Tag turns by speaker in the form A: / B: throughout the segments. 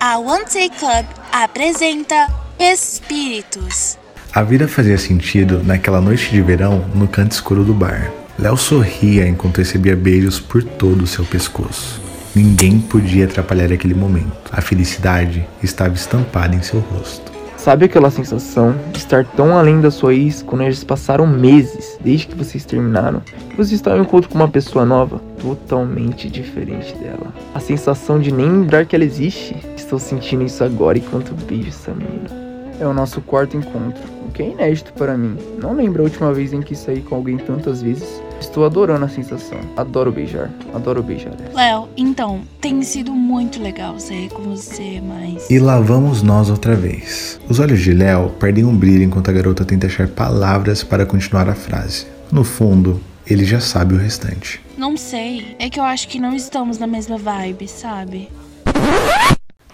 A: A One Take Club apresenta Espíritos.
B: A vida fazia sentido naquela noite de verão no canto escuro do bar. Léo sorria enquanto recebia beijos por todo o seu pescoço. Ninguém podia atrapalhar aquele momento. A felicidade estava estampada em seu rosto.
C: Sabe aquela sensação de estar tão além da sua ex quando eles passaram meses desde que vocês terminaram? Você está em um encontro com uma pessoa nova, totalmente diferente dela. A sensação de nem lembrar que ela existe? Estou sentindo isso agora enquanto beijo essa menina. É o nosso quarto encontro, o que é inédito para mim. Não lembro a última vez em que saí com alguém tantas vezes. Estou adorando a sensação. Adoro beijar. Adoro beijar.
A: Léo, então, tem sido muito legal sair com você, mas.
B: E lá vamos nós outra vez. Os olhos de Léo perdem um brilho enquanto a garota tenta achar palavras para continuar a frase. No fundo, ele já sabe o restante.
A: Não sei. É que eu acho que não estamos na mesma vibe, sabe?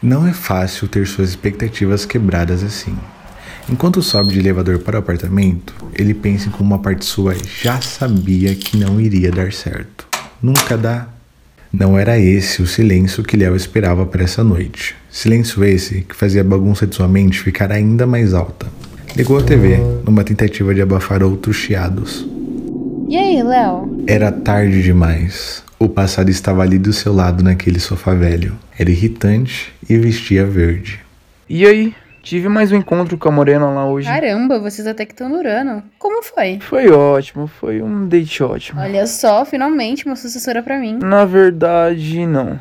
B: Não é fácil ter suas expectativas quebradas assim. Enquanto sobe de elevador para o apartamento, ele pensa em como uma parte sua já sabia que não iria dar certo. Nunca dá. Não era esse o silêncio que Léo esperava para essa noite. Silêncio esse que fazia a bagunça de sua mente ficar ainda mais alta. Ligou a TV, numa tentativa de abafar outros chiados.
D: E aí, Léo?
B: Era tarde demais. O passado estava ali do seu lado naquele sofá velho. Era irritante e vestia verde.
C: E aí? Tive mais um encontro com a Morena lá hoje.
D: Caramba, vocês até que estão durando. Como foi?
C: Foi ótimo, foi um date ótimo.
D: Olha só, finalmente uma sucessora pra mim.
C: Na verdade, não.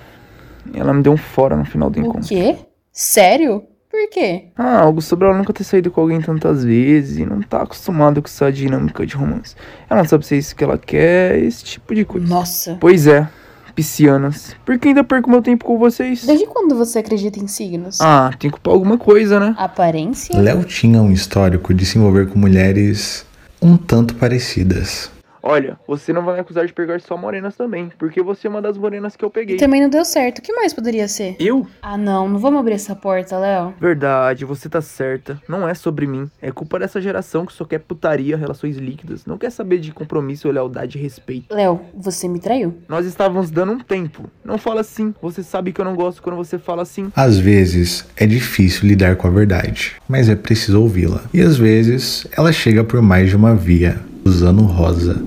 C: Ela me deu um fora no final do
D: O
C: encontro.
D: quê? Sério? Por quê?
C: Ah, algo sobre ela nunca ter saído com alguém tantas vezes e não tá acostumado com essa dinâmica de romance. Ela não sabe se é isso que ela quer, esse tipo de coisa.
D: Nossa.
C: Pois é, piscianas. Por que ainda perco meu tempo com vocês?
D: Desde quando você acredita em signos?
C: Ah, tem que culpar alguma coisa, né?
D: Aparência?
B: Léo tinha um histórico de se envolver com mulheres um tanto parecidas.
C: Olha, você não vai me acusar de pegar só morenas também, porque você é uma das morenas que eu
D: E
C: peguei.
D: também não deu certo. O que mais poderia ser?
C: Eu?
D: Ah, não, não vamos abrir essa porta, Léo.
C: Verdade, você tá certa. Não é sobre mim. É culpa dessa geração que só quer putaria, relações líquidas. Não quer saber de compromisso, lealdade e respeito.
D: Léo, você me traiu.
C: Nós estávamos dando um tempo. Não fala assim. Você sabe que eu não gosto quando você fala assim.
B: Às vezes é difícil lidar com a verdade, mas é preciso ouvi-la. E às vezes ela chega por mais de uma via, usando rosa.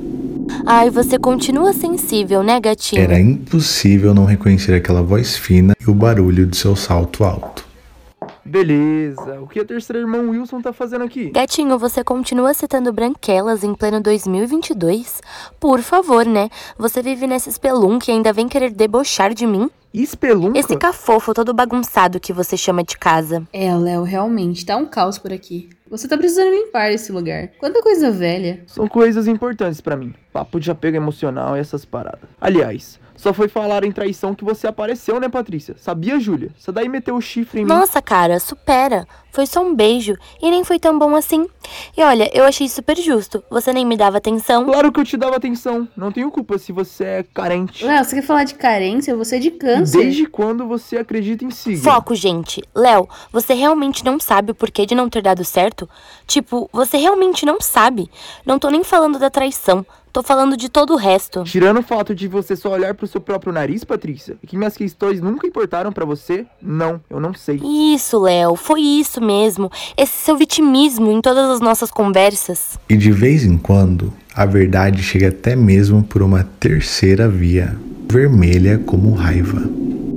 E: Ai, você continua sensível, né, gatinho?
B: Era impossível não reconhecer aquela voz fina e o barulho do seu salto alto.
C: Beleza. O que a terceira irmã Wilson tá fazendo aqui?
E: Gatinho, você continua citando branquelas em pleno 2022? Por favor, né? Você vive nesse spelunk e ainda vem querer debochar de mim?
C: Espelunca?
E: Esse cafofo todo bagunçado que você chama de casa.
D: É, Léo, realmente, tá um caos por aqui. Você tá precisando limpar esse lugar. Quanta coisa velha.
C: São coisas importantes pra mim. Papo de apego emocional e essas paradas. Aliás, só foi falar em traição que você apareceu, né, Patrícia? Sabia, Júlia? Você daí meteu o chifre em mim.
E: Nossa, cara, supera. Foi só um beijo e nem foi tão bom assim. E olha, eu achei super justo. Você nem me dava atenção.
C: Claro que eu te dava atenção. Não tenho culpa se você é carente.
D: Léo, você quer falar de carência? Você é de câncer.
C: Desde quando você acredita em signo?
E: Foco, gente. Léo, você realmente não sabe o porquê de não ter dado certo? Tipo, você realmente não sabe. Não tô nem falando da traição. Tô falando de todo o resto.
C: Tirando o fato de você só olhar pro seu próprio nariz, Patrícia, e que minhas questões nunca importaram pra você, não, eu não sei.
E: Isso, Léo, foi isso mesmo. Esse seu vitimismo em todas as nossas conversas.
B: E de vez em quando, a verdade chega até mesmo por uma terceira via, vermelha como raiva.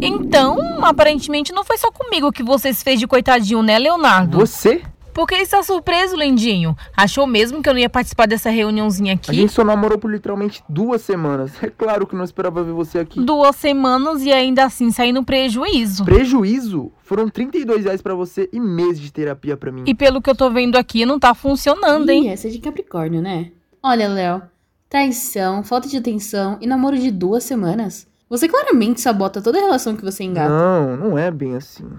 F: Então, aparentemente não foi só comigo que você se fez de coitadinho, né, Leonardo?
C: Você?
F: Por que está surpreso, lindinho? Achou mesmo que eu não ia participar dessa reuniãozinha
C: A
F: aqui?
C: gente só namorou por literalmente duas semanas. É claro que não esperava ver você aqui.
F: Duas semanas e ainda assim saí no prejuízo.
C: Prejuízo? Foram 32 reais pra você e mês de terapia pra mim.
F: E pelo que eu tô vendo aqui, não tá funcionando,
D: Ih,
F: hein?
D: essa é de Capricórnio, né? Olha, Léo, traição, falta de atenção e namoro de duas semanas. Você claramente sabota toda a relação que você engata.
C: Não, não é bem assim.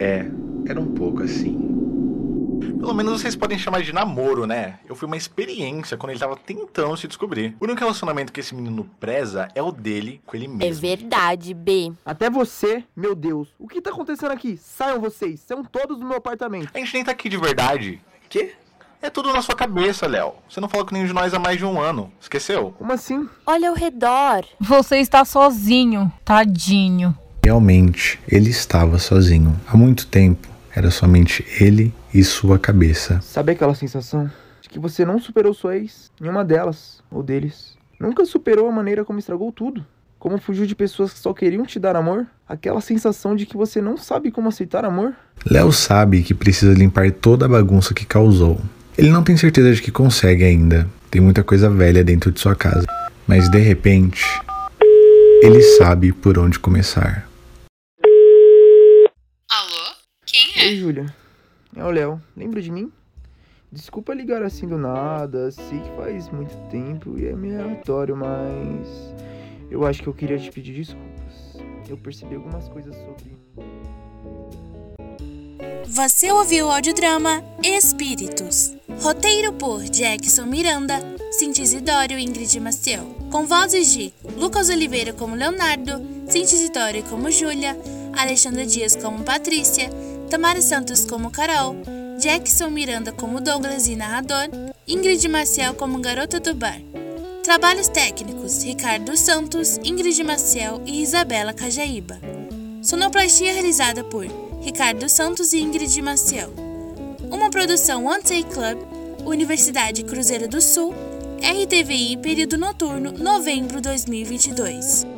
B: É, era um pouco assim.
G: Pelo menos vocês podem chamar de namoro, né? Eu fui uma experiência quando ele tava tentando se descobrir. O único relacionamento que esse menino preza é o dele com ele
E: É
G: mesmo.
E: verdade, B.
C: Até você, meu Deus. O que tá acontecendo aqui? Saiam vocês, são todos do meu apartamento.
G: a gente nem tá aqui de verdade.
C: Quê?
G: É tudo na sua cabeça, Léo. Você não falou com nenhum de nós há mais de um ano. Esqueceu?
C: Como assim?
E: Olha ao redor.
F: Você está sozinho, tadinho.
B: Realmente, ele estava sozinho. Há muito tempo, era somente ele e sua cabeça.
C: Sabe aquela sensação de que você não superou sua ex, nenhuma delas ou deles? Nunca superou a maneira como estragou tudo? Como fugiu de pessoas que só queriam te dar amor? Aquela sensação de que você não sabe como aceitar amor?
B: Léo sabe que precisa limpar toda a bagunça que causou. Ele não tem certeza de que consegue ainda. Tem muita coisa velha dentro de sua casa. Mas de repente, ele sabe por onde começar.
D: Alô? Quem
C: Ei, Júlia. É o Léo. Lembra de mim? Desculpa ligar assim do nada. Sei que faz muito tempo e é meio aleatório, mas. Eu acho que eu queria te pedir desculpas. Eu percebi algumas coisas sobre.
H: Você ouviu o audiodrama Espíritos. Roteiro por Jackson Miranda, Cinti Isidório e Ingrid Maciel. Com vozes de Lucas Oliveira como Leonardo, Cinti Isidório como Júlia, Alexandra Dias como Patrícia, Tamara Santos como Carol, Jackson Miranda como Douglas e narrador, Ingrid Maciel como Garota do Bar. Trabalhos técnicos Ricardo Santos, Ingrid Maciel e Isabela Cajaíba. Sonoplastia realizada por Ricardo Santos e Ingrid Maciel. Uma produção Ante Club, Universidade Cruzeiro do Sul, RTVI Período Noturno, novembro 2022.